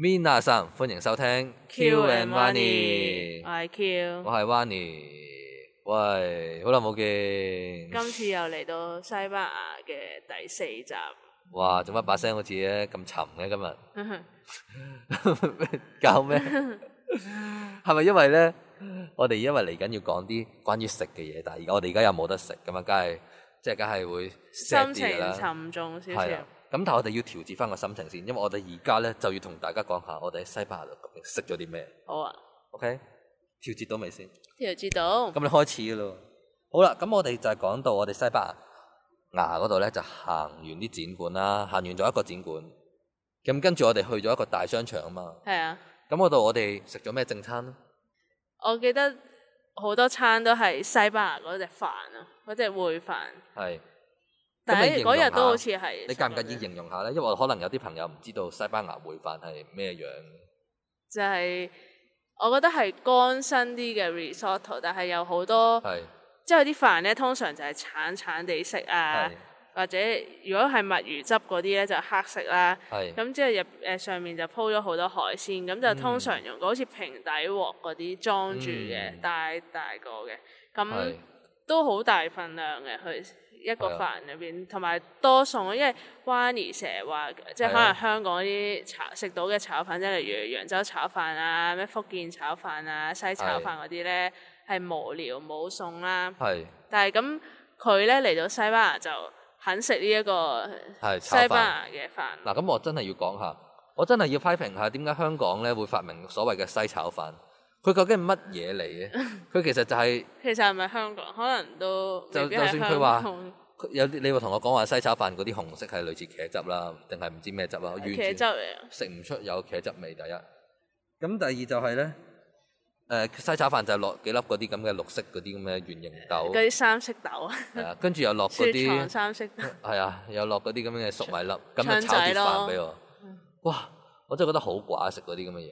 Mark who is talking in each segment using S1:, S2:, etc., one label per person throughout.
S1: Mina 生，歡迎收聽 Q and Wani，
S2: 我係 Q，
S1: 我係 Wani。喂，好耐冇見。
S2: 今次又嚟到西班牙嘅第四 集，
S1: 哇，做乜把聲好似咧咁沉嘅今日？ 搞 咩？係咪因為咧？我哋因為嚟緊要講啲關於食嘅嘢，但係而家我哋而家又冇得食咁啊，梗係即係梗係會 sad 啲㗎
S2: 心情
S1: 啦。
S2: 沉重少
S1: 係啦
S2: 少。，
S1: 咁但係我哋要調節翻個心情先，因為我哋而家咧就要同大家講下我哋喺西班牙度究竟食咗啲咩。
S2: 好啊，
S1: OK，調節到未先？
S2: 調節到
S1: 咁你開始噶咯喎。好啦，咁我哋就係講到我哋西班牙嗰度咧，就行完啲展館啦，行完咗一個展館，咁跟住我哋去咗一個大商場啊嘛。
S2: 係啊！
S1: 咁嗰度我哋食咗咩正餐咧？
S2: 我記得好多餐都係西班牙嗰只飯啊，嗰只燴飯。
S1: 係，
S2: 但
S1: 咁你
S2: 係
S1: 形容
S2: 嗰
S1: 下
S2: 日都好似係
S1: 你介唔介意形容下咧？因為我可能有啲朋友唔知道西班牙燴飯係咩樣。
S2: 就係我覺得係乾身啲嘅 risotto，但係有好多
S1: 係
S2: 即係啲飯咧，通常就係橙橙地色啊
S1: 係，
S2: 或者如果係墨魚汁嗰啲咧就黑色啦。
S1: 係
S2: 咁之後入誒上面就鋪咗好多海鮮，咁
S1: 嗯
S2: 就通常用個好似平底鑊嗰啲裝住嘅，
S1: 嗯
S2: 大大個嘅，
S1: 係
S2: 咁都好大份量嘅佢一個
S1: 係啊
S2: 飯裏邊，同埋多餸，因為 Wani 成日話即係
S1: 係啊
S2: 可能香港啲炒食到嘅炒飯，即啊係例如揚州炒飯啊、咩福建炒飯啊、西炒
S1: 係
S2: 飯嗰啲咧，係無聊冇餸啦。
S1: 係
S2: 但係咁佢咧嚟到西班牙就肯食呢一個
S1: 係
S2: 西
S1: 炒
S2: 班
S1: 飯。
S2: 牙嘅飯。
S1: 嗱，咁我真係要講下，我真係要批評下點解香港咧會發明所謂嘅西炒飯，佢究竟係乜嘢嚟嘅？佢其實就係、
S2: 其實係咪香港？可能都
S1: 就
S2: 未必
S1: 就
S2: 係
S1: 算佢
S2: 香
S1: 話
S2: 港
S1: 佢有啲你會同我講話西炒飯嗰啲紅色係類似茄汁啦，定係唔知咩汁啦，我完
S2: 茄
S1: 全
S2: 汁嚟啊，
S1: 食唔出有茄汁味。第一，咁第二就係、呢，咧，誒、西炒飯就係落幾粒嗰啲咁嘅綠色嗰啲咁嘅圓形豆
S2: 嗰，啲三色豆啊，
S1: 係啊，跟住又落嗰
S2: 雪藏
S1: 啲
S2: 三色 豆，
S1: 係啊，又落嗰啲咁嘅粟米粒，咁
S2: 腸
S1: 就炒
S2: 仔
S1: 碟
S2: 咯嗯
S1: 飯俾我。哇！我真係覺得好寡食嗰啲咁嘅嘢，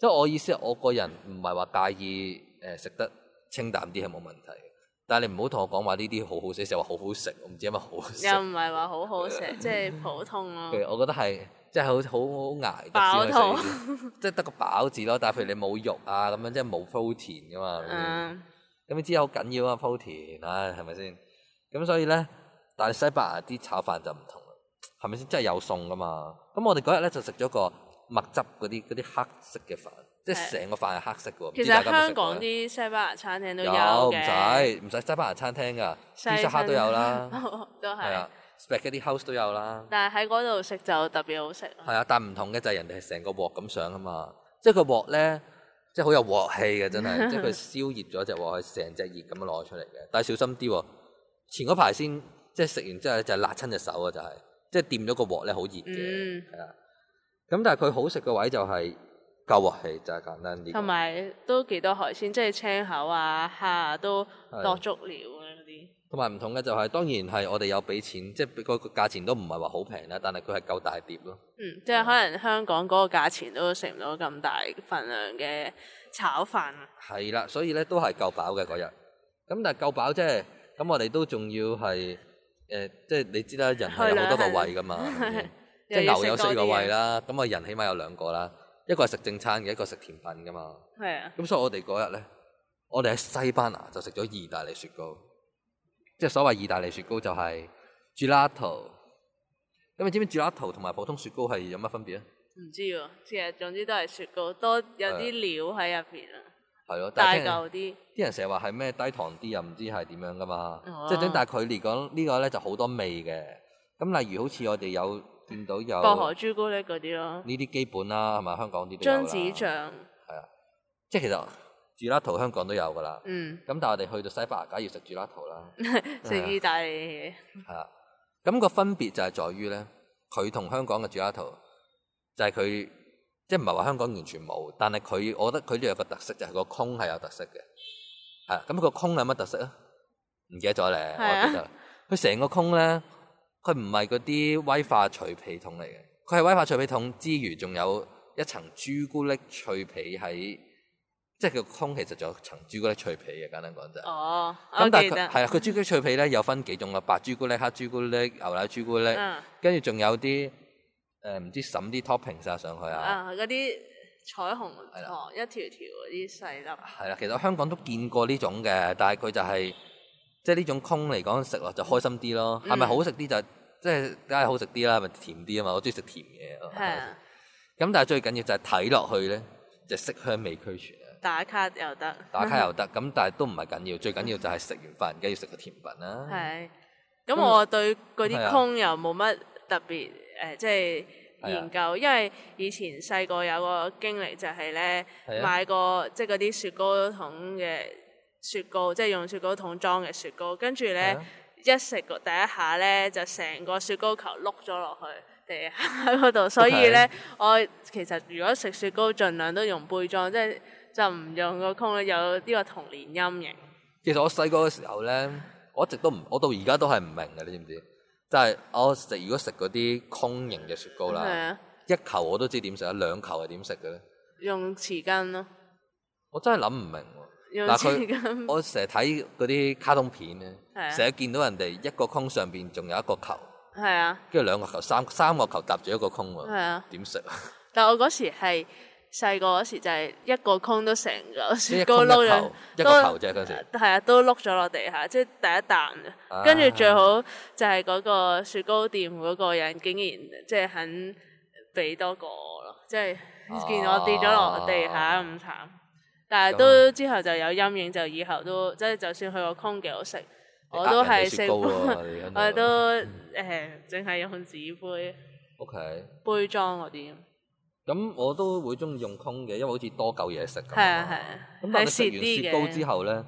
S1: 即係我意思係我個人唔係話介意誒食、得清淡啲係冇問題嘅，但係你唔好同我講話呢啲好好食，成日話好好食，我唔知係咪好好食。
S2: 又唔係話好好 食，即係普通咯
S1: 譬。如我覺得係即係好好好捱得先可以食呢啲即係得個飽字咯。但係譬如你冇肉啊咁樣，即係冇 protein 噶嘛。
S2: 嗯，
S1: 咁你知好緊要啊 protein，唉係咪先？咁所以咧，但係西班牙啲炒飯就唔同啦，係咪先？真係有餸噶嘛。咁我哋嗰日咧就食咗個墨汁嗰啲嗰啲黑色嘅飯，即係
S2: 係
S1: 成個飯係黑色嘅喎。唔
S2: 其
S1: 知
S2: 實
S1: 大家有冇食
S2: 香
S1: 過
S2: 港
S1: 咧
S2: 啲西班牙餐廳都
S1: 有唔
S2: 嘅，
S1: 使唔使西班牙餐廳㗎
S2: 西
S1: ，pizza hut
S2: 餐
S1: 都有啦，
S2: 都
S1: 係
S2: 係
S1: 啊。spaghetti house 都有啦。
S2: 但係喺嗰度食就特別好食咯。
S1: 係啊，但唔同嘅就係人哋係成個鑊咁上啊嘛，即係個鑊咧，即係好有鑊氣嘅真 係，即係佢燒熱咗隻鑊，係成隻熱咁樣攞出嚟嘅。但係小心啲喎，前嗰排先即係食完之後就係辣親隻手啊，就係即係掂咗個鑊咧好熱嘅，
S2: 嗯
S1: 係啊、咁但係佢好食嘅位就係夠鑊氣，就係、簡單啲。
S2: 同埋都幾多海鮮，即係青口啊、蝦啊都落足料啊嗰啲。
S1: 同埋唔同嘅就係、當然係我哋有俾錢，即係個個價錢都唔係話好平啦，但係佢係夠大碟咯。
S2: 嗯，即係可能香港嗰個價錢都食唔到咁大份量嘅炒飯啊。
S1: 係啦，所以咧都係夠飽嘅嗰日。咁但係夠飽啫，咁我哋都仲要係誒、呃即係你知啦，人係有好多個胃噶嘛，係咪先即係
S2: 又要
S1: 牛有
S2: 食多
S1: 四個
S2: 啲嘢啊
S1: 胃啦，咁啊人起碼有兩個啦，一個係食正餐嘅，一個食甜品噶嘛。
S2: 係啊，
S1: 咁所以我哋嗰日咧，我哋喺西班牙就食咗意大利雪糕，即係所謂意大利雪糕就係 gelato。咁你知唔知 gelato 同埋普通雪糕係有乜分別啊？
S2: 唔知喎，其實總之都係雪糕，多有
S1: 係
S2: 啲料喺入邊啊，
S1: 係咯，
S2: 大
S1: 但係聽
S2: 嚿啲，
S1: 啲人成日話係咩低糖啲又啊唔知係點樣噶嘛，
S2: 哦
S1: 即係但係佢嚟講呢個咧就好多味嘅。咁例如好似我哋有見到有
S2: 薄荷朱古力嗰啲咯，
S1: 呢啲基本啦，係咪香港啲都有
S2: 榛
S1: 啦
S2: 子醬，
S1: 係啊，即係其實住拉圖香港都有噶啦。
S2: 嗯，
S1: 咁但係我哋去到西班牙梗係要食住拉圖啦，
S2: 食意大利嘢，
S1: 係啊。咁個分別就係在於咧，佢同香港嘅住拉圖就係佢即係唔係話香港完全冇，但係佢我覺得佢呢有個特色就係個空係有特色嘅。係啊咁個空係乜特色啊？唔記得咗咧，
S2: 係啊
S1: 我記得啦。佢成個空咧，佢唔係嗰啲威化脆皮筒嚟嘅，佢係威化脆皮筒之餘，仲有一層朱古力脆皮喺，即係個空其實仲有層朱古力脆皮嘅，簡單講就係。
S2: 哦，
S1: 咁
S2: 我
S1: 但
S2: 記
S1: 係佢
S2: 得，
S1: 係啊，佢朱古力脆啊皮咧有分幾種嘅，白朱古力、黑朱古力、牛奶朱古力，
S2: 嗯，
S1: 跟住仲有啲誒、誒唔知抌啲 topping 晒上去啊。
S2: 啊嗰啲彩虹
S1: 係啦
S2: 糖一條條嗰啲細粒，
S1: 係啦，其實香港都見過呢種嘅，但係佢就係、即係呢種空嚟講食落就開心啲咯。
S2: 嗯
S1: 係咪、好食啲就即係梗係好食啲啦，咪甜啲啊嘛，我中意食甜嘢啊嘛。
S2: 係啊，
S1: 咁但係最緊要就係睇落去咧，就色香味俱全啊！
S2: 打卡又得，
S1: 打卡又得，咁但係都唔係緊要，最緊要就係食完飯，梗係要食個甜品啦。
S2: 係。咁我對嗰
S1: 係啊
S2: 啲空又冇乜特別誒、呃即
S1: 係
S2: 係
S1: 啊
S2: 研究，因為以前細個有個經歷就係咧
S1: 係啊
S2: 買個即係嗰啲雪糕筒嘅雪糕，即係用雪糕筒裝嘅雪糕，跟住咧
S1: 係啊
S2: 一食個第一下咧就成個雪糕球碌咗落去。地下 嗰度，所以咧，我其實如果食雪糕，盡量都用杯裝，即係就唔用個空，有呢個童年陰影。
S1: 其實我細個嘅時候咧，我一直都唔，我到而家都係唔明嘅，你知唔知？就係、我食如果食嗰啲空形嘅雪糕
S2: 係
S1: 啦，
S2: 啊，
S1: 一球我都知點食啦，兩球係點食嘅咧？
S2: 用匙羹咯。
S1: 我真係諗唔明喎。
S2: 用
S1: 嗱
S2: 錢
S1: 佢，
S2: 咁
S1: 我成日睇嗰啲卡通片咧
S2: 嗯係啊，
S1: 成日見到人哋一個空上邊仲有一個球，
S2: 係啊
S1: 跟住兩個球、三三個球搭住一個空
S2: 係
S1: 喎，
S2: 啊！
S1: 點 食啊？
S2: 但我嗰時係細個嗰時就係一個空都成個
S1: 即係
S2: 雪
S1: 一空
S2: 糕
S1: 一
S2: 撈
S1: 球
S2: 咗，，
S1: 一
S2: 都
S1: 個球啫嗰陣時。
S2: 係啊，都碌咗落地下，即係第一啖啫
S1: 啊
S2: 跟住最好就係嗰個雪糕店嗰個人竟然即係肯俾多個我咯，即係
S1: 哦
S2: 見我跌咗落地
S1: 啊
S2: 下咁慘。但係都之後就有陰影，就以後都即係就算佢個空幾好食，我都
S1: 你呃
S2: 係
S1: 人哋雪
S2: 食，
S1: 糕
S2: 我
S1: 喎你喺度
S2: 都誒淨係用紙杯。
S1: OK，
S2: 杯裝嗰啲，
S1: 咁我都會中意用空嘅，因為好似多嚿嘢食咁。
S2: 係啊係啊
S1: 咁但係食
S2: 係
S1: 完
S2: 蝕啲
S1: 雪糕
S2: 嘅
S1: 之後咧，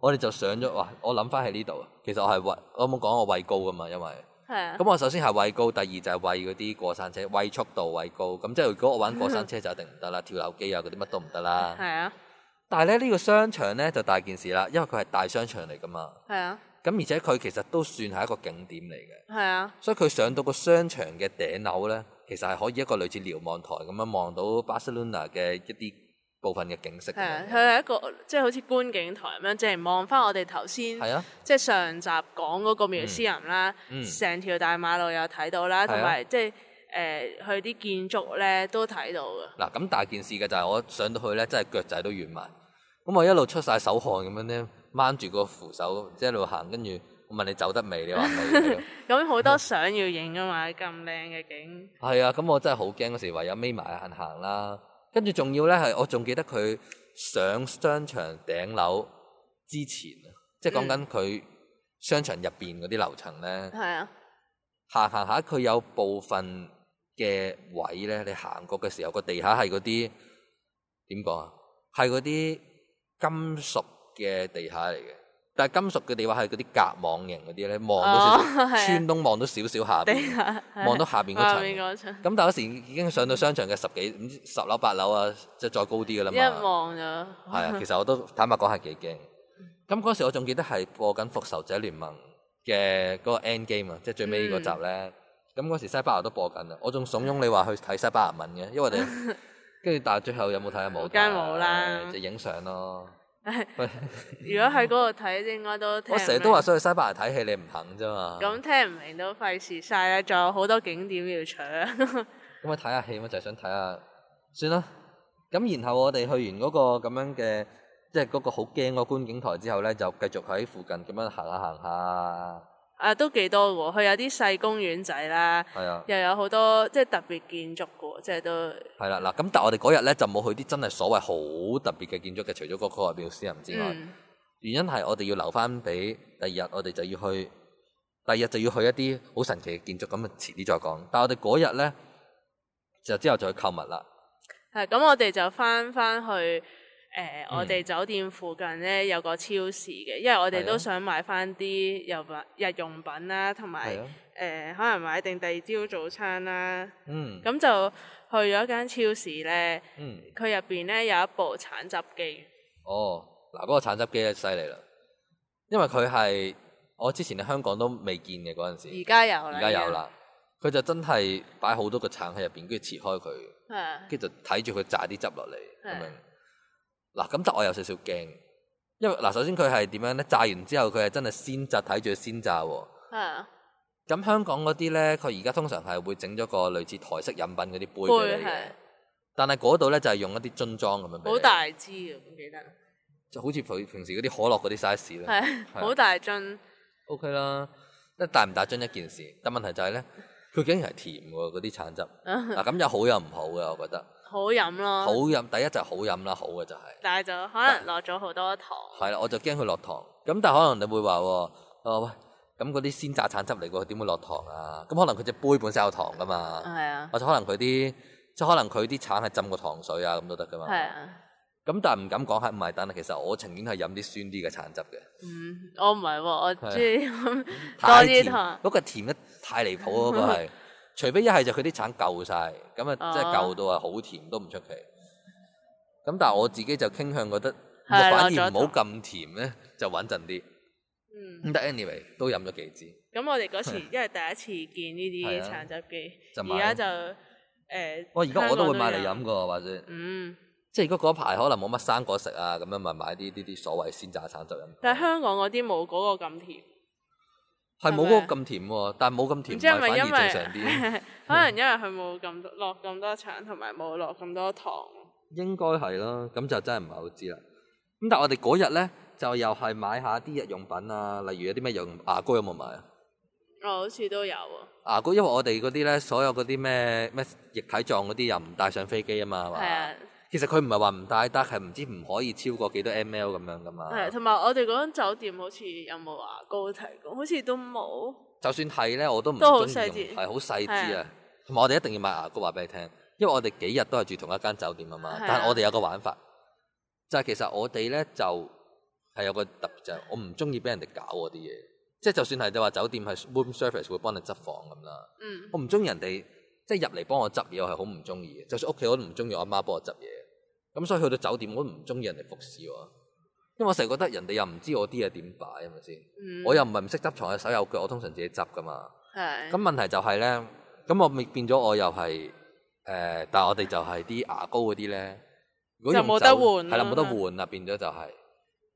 S1: 我哋就上咗哇！我諗翻喺呢度，啊其實我係畏，我冇講我畏高噶嘛，因為。
S2: 係啊
S1: 咁，我首先係畏高，第二就係畏嗰啲過山車，畏速度畏高。咁即係如果我玩過山車就一定唔得啦，跳樓機啊嗰啲乜都唔得啦。
S2: 係啊
S1: 但係咧呢、呢個商場咧就大件事啦，因為佢係大商場嚟噶嘛。
S2: 係啊
S1: 咁而且佢其實都算係一個景點嚟嘅，
S2: 係啊
S1: 所以佢上到個商場嘅頂樓咧，其實係可以一個類似瞭望台咁樣望到 Barcelona 嘅一啲部分嘅景色咁
S2: 係啊，
S1: 樣
S2: 佢
S1: 嘅。
S2: 係一個即係好似觀景台咁樣，即係望翻我哋頭先
S1: 係啊，
S2: 即係上集講嗰個 museum 啦
S1: 嗯，
S2: 成條大馬路又睇到啦，
S1: 係啊
S2: 同埋即係誒佢啲建築咧都睇到嘅，
S1: 嗱咁大件事嘅就係我上到去咧，真係腳仔都軟埋。咁我一路出晒手汗咁樣咧，掹住個扶手，即係一路行，跟住我問你走得未？你話未
S2: 咁好
S1: 嗯
S2: 多相要影啊嘛，咁靚嘅景，
S1: 係啊，咁我真係好驚嗰時，唯有眯埋眼行啦。跟住仲要咧係，我仲記得佢上商場頂樓之前啊，即係講緊佢商場入邊嗰啲樓層咧，
S2: 係啊
S1: 行行下佢有部分嘅位咧，你行過嘅時候，個地下係嗰啲點講啊？係嗰啲金屬嘅地下嚟嘅，但係金屬嘅地下係嗰啲隔網型嗰啲咧，望到少少
S2: 哦係啊
S1: 穿窿望到少少下
S2: 地
S1: 邊，
S2: 下
S1: 望到下邊嗰
S2: 下
S1: 層
S2: 面
S1: 嘅。
S2: 嗰層，
S1: 咁但嗰時已經上到商場嘅十幾、唔知十樓八樓啊，即係再高啲噶啦
S2: 一
S1: 嘛。
S2: 望就
S1: 啊係 啊，其實我都坦白講係幾驚。咁嗰時我仲記得係播緊《復仇者聯盟》嘅嗰個 End Game 啊，即係最尾
S2: 嗯
S1: 嗰集咧。咁嗰、時西班牙都播緊啊，我仲慫恿你話去睇西班牙文嘅，因為 我哋跟住但係最後有冇睇啊？冇睇，
S2: 梗係冇啦
S1: 就影相咯。
S2: 如果喺嗰度睇應該都聽啊
S1: 我
S2: 唔
S1: 成日
S2: 明
S1: 都話想去西班牙睇戲，你唔肯啫嘛。
S2: 咁聽唔明都費事晒啦，仲有好多景點要搶。
S1: 咁啊咪睇下戲嘛，就係、想睇下，算啦。咁然後我哋去完嗰個咁樣嘅，即係嗰個好驚個觀景台之後咧，就繼續喺附近咁樣行下行下，
S2: 啊，都幾多喎！佢有啲細公園仔啦，
S1: 係啊，
S2: 又有好多即係特別建築嘅喎，即係都
S1: 係啦嗱。咁但係我哋嗰日咧就冇去啲真係所謂好特別嘅建築嘅，除咗嗰個廟私人之外，
S2: 嗯
S1: 原因係我哋要留翻俾第二日，我哋就要去，第二日就要去一啲好神奇嘅建築，咁啊遲啲再講。但係我哋嗰日咧就之後就去購物啦，
S2: 係啊咁，我哋就翻翻去誒
S1: 嗯
S2: 我哋酒店附近咧有個超市嘅，因為我哋
S1: 係啊
S2: 都想買翻啲日品日用品啦，同埋
S1: 係啊，
S2: 誒可能買定第二朝早餐啦。
S1: 嗯，
S2: 咁就去咗間超市咧，
S1: 嗯。
S2: 佢入邊咧有一部橙汁機。
S1: 哦，嗱，嗰個橙汁機咧犀利啦，因為佢係我之前喺香港都未見嘅嗰陣
S2: 而
S1: 時，
S2: 家有啦，啊
S1: 而家有，啦。佢就真係擺好多個橙喺入邊，跟住切開佢，
S2: 係啊
S1: 跟住就睇住佢榨啲汁落嚟咁
S2: 係
S1: 樣。嗱，咁但我有少少驚，因為嗱，首先佢係點樣咧？榨完之後，佢係真係鮮榨，睇住佢鮮榨喎。
S2: 係啊
S1: 咁香港嗰啲咧，佢而家通常係會整咗個類似台式飲品嗰啲杯俾
S2: 杯
S1: 你
S2: 係
S1: 嘅，但係嗰度咧就係用一啲樽裝咁樣俾你
S2: 好，大支嘅，唔記得
S1: 就好似佢平時嗰啲可樂嗰啲 size 咧。
S2: 係好大樽，
S1: O K 啦，即係大唔大樽一件事，但問題就係咧，佢竟然係甜喎嗰啲橙 汁。嗱咁有好有唔好嘅，我覺得
S2: 嗯好飲
S1: 好
S2: 咯。
S1: 飲第一就係好飲啦，好嘅就係
S2: 但係就可能落咗好多糖，
S1: 係啦，我就驚佢落糖。咁但係可能你會話喎，啊喂，咁嗰啲鮮榨橙汁嚟喎，點會落糖啊？咁可能佢隻杯本身有糖噶嘛，
S2: 係啊，
S1: 或者可能佢啲即係可能佢啲橙係浸過糖水啊咁都得噶嘛。
S2: 係啊，
S1: 咁但係唔敢講係唔係，但係其實我情願係飲啲酸啲嘅橙汁嘅，
S2: 嗯，我唔係喎，我中意飲多
S1: 啊太
S2: 啲
S1: 甜，
S2: 糖，
S1: 嗰個甜得太離譜嗰個 係，除非一係就佢啲橙舊晒，咁
S2: 哦
S1: 啊即係舊到係好甜都唔出奇。咁但係我自己就傾向覺得，我
S2: 係
S1: 反而
S2: 落咗
S1: 唔好咁甜咧，就穩陣啲。
S2: 嗯。
S1: 咁但 anyway 都飲咗幾支，
S2: 咁我哋嗰時因為第一次見呢
S1: 係
S2: 啲
S1: 啊
S2: 橙汁機，
S1: 就買
S2: 而家就誒，
S1: 我而家我都會買嚟飲
S2: 香港有。
S1: 噶，話者
S2: 嗯，
S1: 即係如果嗰排可能冇乜生果食啊，咁樣咪買啲呢啲所謂鮮榨橙汁飲。
S2: 但係香港嗰啲冇嗰個咁甜，
S1: 係冇嗰個咁甜喎，但係冇咁
S2: 啊唔
S1: 甜，
S2: 知係咪
S1: 反
S2: 因
S1: 而正常啲。
S2: 為可能因為佢冇咁多落咁多橙，同埋冇落咁多糖。
S1: 應該係啦，咁就真係唔係好知啦。咁但係我哋嗰日咧就又係買下啲日用品啊，例如有啲咩日用牙膏有冇買啊？
S2: 我哦好似都有喎，
S1: 牙膏因為我哋嗰啲咧，所有嗰啲咩咩液體狀嗰啲又唔帶上飛機啊嘛，係
S2: 係啊
S1: 嘛？，其實佢唔係話唔帶，但係唔知唔可以超過幾多 ml 咁樣噶嘛。
S2: 係啊同埋我哋嗰間酒店好似有冇牙膏提供？好似都冇。
S1: 就算係咧，我都唔
S2: 都好
S1: 中意
S2: 細
S1: 用，
S2: 緻
S1: 係好細
S2: 係
S1: 支啊
S2: 啊。
S1: 同埋我哋一定要買牙膏，話俾你聽，因為我哋幾日都係住同一間酒店啊嘛。
S2: 係啊
S1: 但係我哋有個玩法，就係、其實我哋咧就係有個特別就係我唔中意俾人哋搞嗰啲嘢，即係就算係你話酒店係 room service 會幫你執房咁啦，
S2: 嗯，
S1: 我唔中意人哋即係入嚟幫我執嘢，我係好唔中意嘅。就算屋企我都唔中意我阿媽幫我執嘢，咁所以去到酒店我都唔中意人哋服侍我，因為我成日覺得人哋又唔知我啲嘢點擺，係咪先？
S2: 嗯
S1: 我又唔係唔識執床嘅手有腳，我通常自己執噶嘛。
S2: 係
S1: 咁問題就係咧，咁我咪變咗我又係誒、呃但係我哋就係啲牙膏嗰啲咧，如果
S2: 就
S1: 用
S2: 冇
S1: 酒
S2: 得換
S1: 係啦，
S2: 啦
S1: 冇得換啦，變咗就係、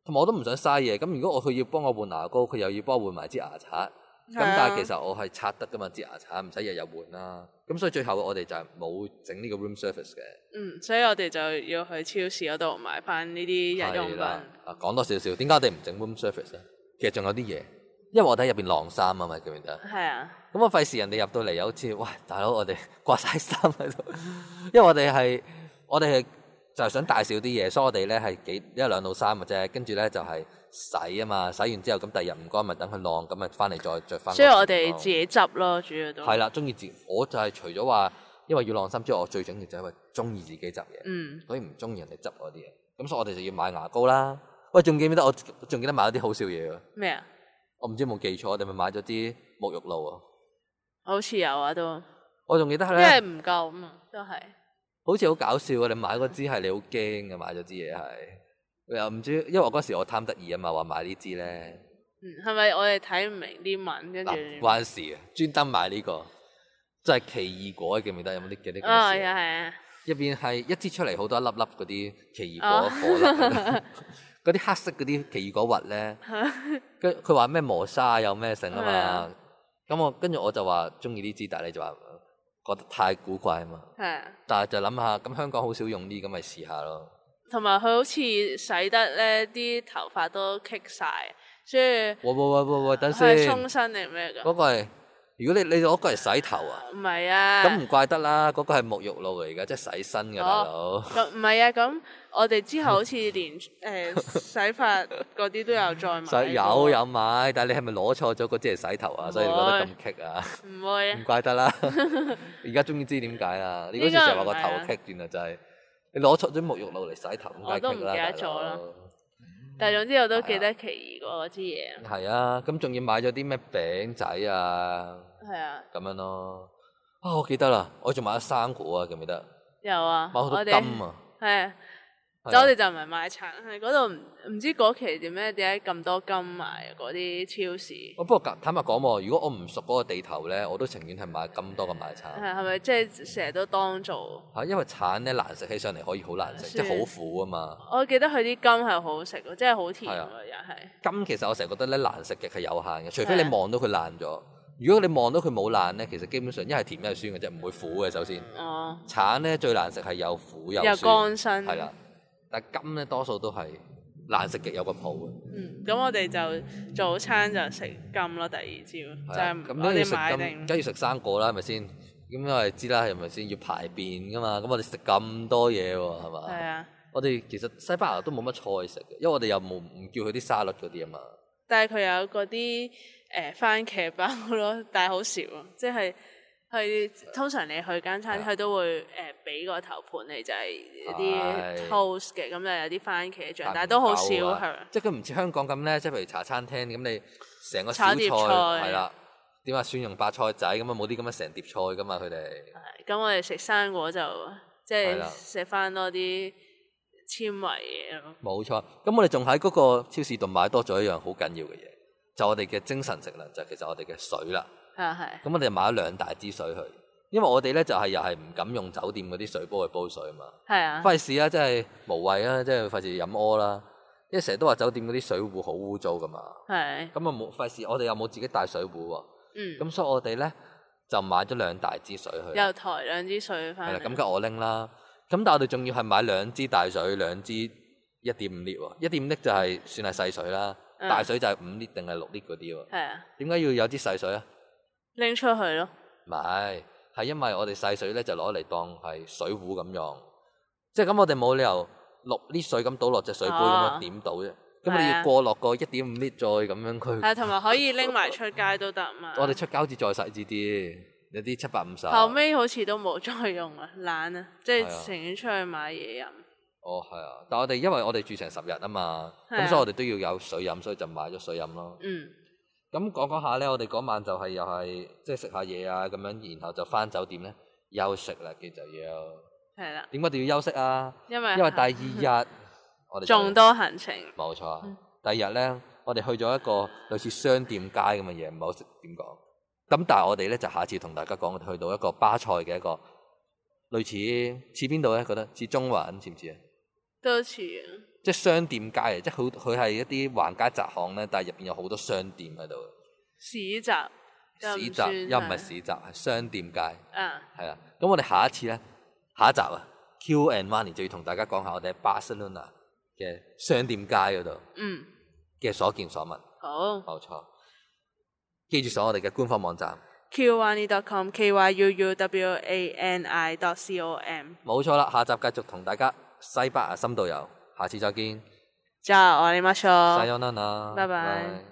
S1: 同埋我都唔想嘥嘢。咁如果我佢要幫我換牙膏，佢又要幫我換埋支牙刷。咁
S2: 係啊
S1: 但係其實我係刷得噶嘛，支牙刷唔使日日換啦。咁所以最後我哋就係冇整呢個 room service 嘅。
S2: 嗯，所以我哋就要去超市嗰度買翻呢啲日用
S1: 係啦
S2: 品。，
S1: 啊講多少少，點解我哋唔整 room service 咧？其實仲有啲嘢，因為我哋喺入邊晾衫啊嘛，記唔記得？
S2: 係啊。
S1: 咁我費事人哋入到嚟有好似，喂大佬，我哋掛晒衫喺度， 因為我哋係我哋係就係想帶少啲嘢，所以我哋咧係幾一兩到三嘅啫，跟住咧就係洗啊嘛，洗完之後咁第二日唔該咪等佢晾，咁咪翻嚟再着翻。
S2: 所以我哋自己執咯，主要都
S1: 啊係啦，中意自我就係除咗話因為要晾衫之外，我最緊要就係因為中意自己執嘢，
S2: 嗯，
S1: 所以唔中意人哋執我啲嘢，咁所以我哋就要買牙膏啦。喂，仲記唔記得我仲記得買咗啲好笑嘢喎？
S2: 咩啊？
S1: 我唔知有冇記錯，我哋咪買咗啲沐浴露啊！
S2: 好似有啊都，
S1: 我仲記得係
S2: 因
S1: 咧。
S2: 為唔夠啊嘛，都係
S1: 好似好搞笑啊！你買嗰支係你好驚嘅，買咗支嘢係又唔知，因為我嗰時我貪得意啊嘛，話買呢支咧，
S2: 嗯，係咪我哋睇唔明啲文跟住
S1: 嗱關事啊，專登買呢、個，就係奇異果記唔記得有冇啲記得咁
S2: 啊
S1: 嘅
S2: 係
S1: 事？
S2: 啊係啊，
S1: 入邊係一支出嚟好多一粒粒嗰啲奇異果
S2: 哦
S1: 果粒 咁樣，嗰啲黑色嗰啲奇異果核咧，跟佢話咩磨砂有咩成啊
S2: 係
S1: 嘛
S2: 啊，
S1: 咁我跟住我就話中意呢支，但係你就話覺得太古怪啊嘛，
S2: 係啊，
S1: 但係就諗下咁香港好少用呢，咁咪試下咯。
S2: 同埋佢好似洗得咧啲頭髮都棘晒，所以
S1: 喂喂喂喂喂，等先，
S2: 係鬆
S1: 嗰
S2: 身定咩㗎？
S1: 個係如果你你攞個嚟洗頭啊，
S2: 唔係啊，
S1: 咁唔怪得啦，嗰個係沐浴露嚟㗎，即係洗身㗎，大佬。
S2: 咁唔係啊，咁我哋之後好似 連誒洗髮嗰啲都有再買過，
S1: 洗有有買，但係你係咪攞錯咗嗰支嚟洗頭啊？所以你覺得咁棘 啊？
S2: 唔會
S1: 唔
S2: 啊，
S1: 怪得 啦，而家終於知點解啦。你嗰時成日話個頭棘，原來就係你攞錯咗沐浴露嚟洗頭，咁
S2: 我都
S1: 解
S2: 唔
S1: 棘
S2: 記
S1: 啦，
S2: 得
S1: 大
S2: 咗啦
S1: 佬。嗯
S2: 但係總之我都記得
S1: 啊
S2: 奇異果嗰支嘢，
S1: 係啊，咁仲要買咗啲咩餅仔啊，
S2: 係啊，
S1: 咁樣咯。啊，我記得啦，我仲買咗生果啊，記唔記得？
S2: 有啊，
S1: 買好多
S2: 我
S1: 金
S2: 哋
S1: 啊！
S2: 係啊。
S1: 係
S2: 就
S1: 啊
S2: 我哋就唔係買橙，係嗰度唔唔知嗰期點咩點解咁多金賣啊嗰啲超市，
S1: 我哦不過坦白講喎，如果我唔熟嗰個地頭咧，我都情願係買咁多嘅買橙
S2: 啊係係咪即係成日都當做？
S1: 嚇，因為橙咧難食起上嚟可以好難食，即
S2: 算
S1: 係好苦啊嘛。
S2: 我記得佢啲金係好食喎，即係好甜
S1: 係啊
S2: 喎，又係
S1: 金其實我成日覺得咧難食極係有限嘅，除非
S2: 係
S1: 你
S2: 啊
S1: 望到佢爛咗，如果你望到佢冇爛咧，其實基本上一係甜一係酸嘅啫，唔會苦嘅。首先，
S2: 哦，
S1: 橙咧最難食係有苦有
S2: 又
S1: 酸，
S2: 乾身，
S1: 係啦。但金咧多數都係難食極有個譜嘅。
S2: 嗯，咁我哋就早餐就食金咯，第二
S1: 係啊
S2: 朝就
S1: 咁梗
S2: 我
S1: 要
S2: 哋
S1: 食
S2: 買
S1: 咁，
S2: 定
S1: 梗要食生果啦，係咪先？咁因為知啦，係咪先要排便噶嘛？咁我哋食咁多嘢喎，係嘛？
S2: 係啊，
S1: 我哋其實西班牙都冇乜菜食嘅，因為我哋又冇唔叫佢啲沙律嗰啲啊嘛。
S2: 但係佢有嗰啲誒番茄包咯，但係好少啊，即係佢通常你去間餐
S1: 係
S2: 廳，
S1: 啊
S2: 佢都會誒俾個頭盤你，就係
S1: 係
S2: 啲 toast 嘅，咁就有啲番茄醬，但係
S1: 唔
S2: 都好
S1: 夠
S2: 少
S1: 啊
S2: 係咪？
S1: 即係佢唔似香港咁咧，即係譬如茶餐廳咁，你成個小
S2: 炒
S1: 菜
S2: 碟菜
S1: 係啦，點啊蒜蓉白菜仔咁啊，冇啲咁嘅成碟菜噶嘛，佢哋
S2: 咁我哋食生果就即
S1: 係啦
S2: 係食翻多啲纖維嘢咯。
S1: 冇錯。咁我哋仲喺嗰個超市度買多咗一樣好緊要嘅嘢，就我哋嘅精神食糧，就係其實我哋嘅水啦。
S2: 啊係，
S1: 咁我哋買咗兩大支水去，因為我哋咧就係、又係唔敢用酒店嗰啲水煲去煲水啊嘛，
S2: 係啊，
S1: 費事啦，真係無謂啦，即係費事飲屙啦，因為成日都話酒店嗰啲水壺好污糟噶嘛，
S2: 係，
S1: 咁啊冇費事，我哋又冇自己帶水壺喎，
S2: 嗯，
S1: 咁所以我哋咧就買咗兩大支水去，係
S2: 又抬兩支水翻
S1: 啦，
S2: 嚟。
S1: 咁梗係我拎啦，咁但係我哋仲要係買兩支大水，兩支一點五 lit 喎，一點五 lit 就係算係細水啦，
S2: 嗯
S1: 大水就係五 lit 定係六 lit 嗰啲喎，
S2: 係啊，
S1: 點解要有支細水啊？
S2: 拎出去咯，
S1: 唔係，係因為我哋細水咧就攞嚟當係水壺咁用，即係咁我哋冇理由落啲水咁倒落隻水杯咁
S2: 哦
S1: 樣點到啫。咁我哋
S2: 係
S1: 要
S2: 啊
S1: 過落個一點五 lit 再咁樣佢，
S2: 係同埋可以拎埋出街都得啊嘛。
S1: 我哋出膠紙再細支啲，有啲七百五十。
S2: 後尾好似都冇再用啊，懶啊，即
S1: 係啊
S2: 係情願出去買嘢飲。
S1: 哦，係啊，但我哋因為我哋住成十日啊嘛，
S2: 係
S1: 咁
S2: 啊
S1: 所以我哋都要有水飲，所以就買咗水飲咯。
S2: 嗯，
S1: 咁講講下咧，我哋嗰晚就係又係即係食下嘢啊咁樣，然後就翻酒店咧休息啦，叫就要。
S2: 係啦，
S1: 點解我哋要休息啊？
S2: 因為
S1: 因為第 二日我哋就
S2: 仲多行程，
S1: 冇錯啊
S2: 嗯。
S1: 第二日咧，我哋去咗一個類似商店街咁嘅嘢，唔係好識點講。咁但係我哋咧就下次同大家講，我哋去到一個巴塞嘅一個類似似邊度咧？覺得似中環似唔似啊？
S2: 都似啊
S1: 即係商店街啊嚟，即係好佢係一啲橫街窄巷咧，但係入邊有好多商店喺度。
S2: 市集，又唔
S1: 市
S2: 算
S1: 集又唔係
S2: 係
S1: 市集，係商店街
S2: 啊，
S1: 係啦。咁我哋下一次咧，下一集啊，Q and Money 就要同大家講下我哋喺巴塞隆納嘅商店街嗰度。
S2: 嗯，
S1: 嘅所見所聞，
S2: 好。
S1: 冇錯。記住上我哋嘅官方網站，
S2: kyuwani.com k E y u u w a n i dot c o m。
S1: 冇錯啦。下集繼續同大家西啊班牙深度遊，下次再見。
S2: じゃあ終わりましょう。
S1: Sayonara，
S2: 拜拜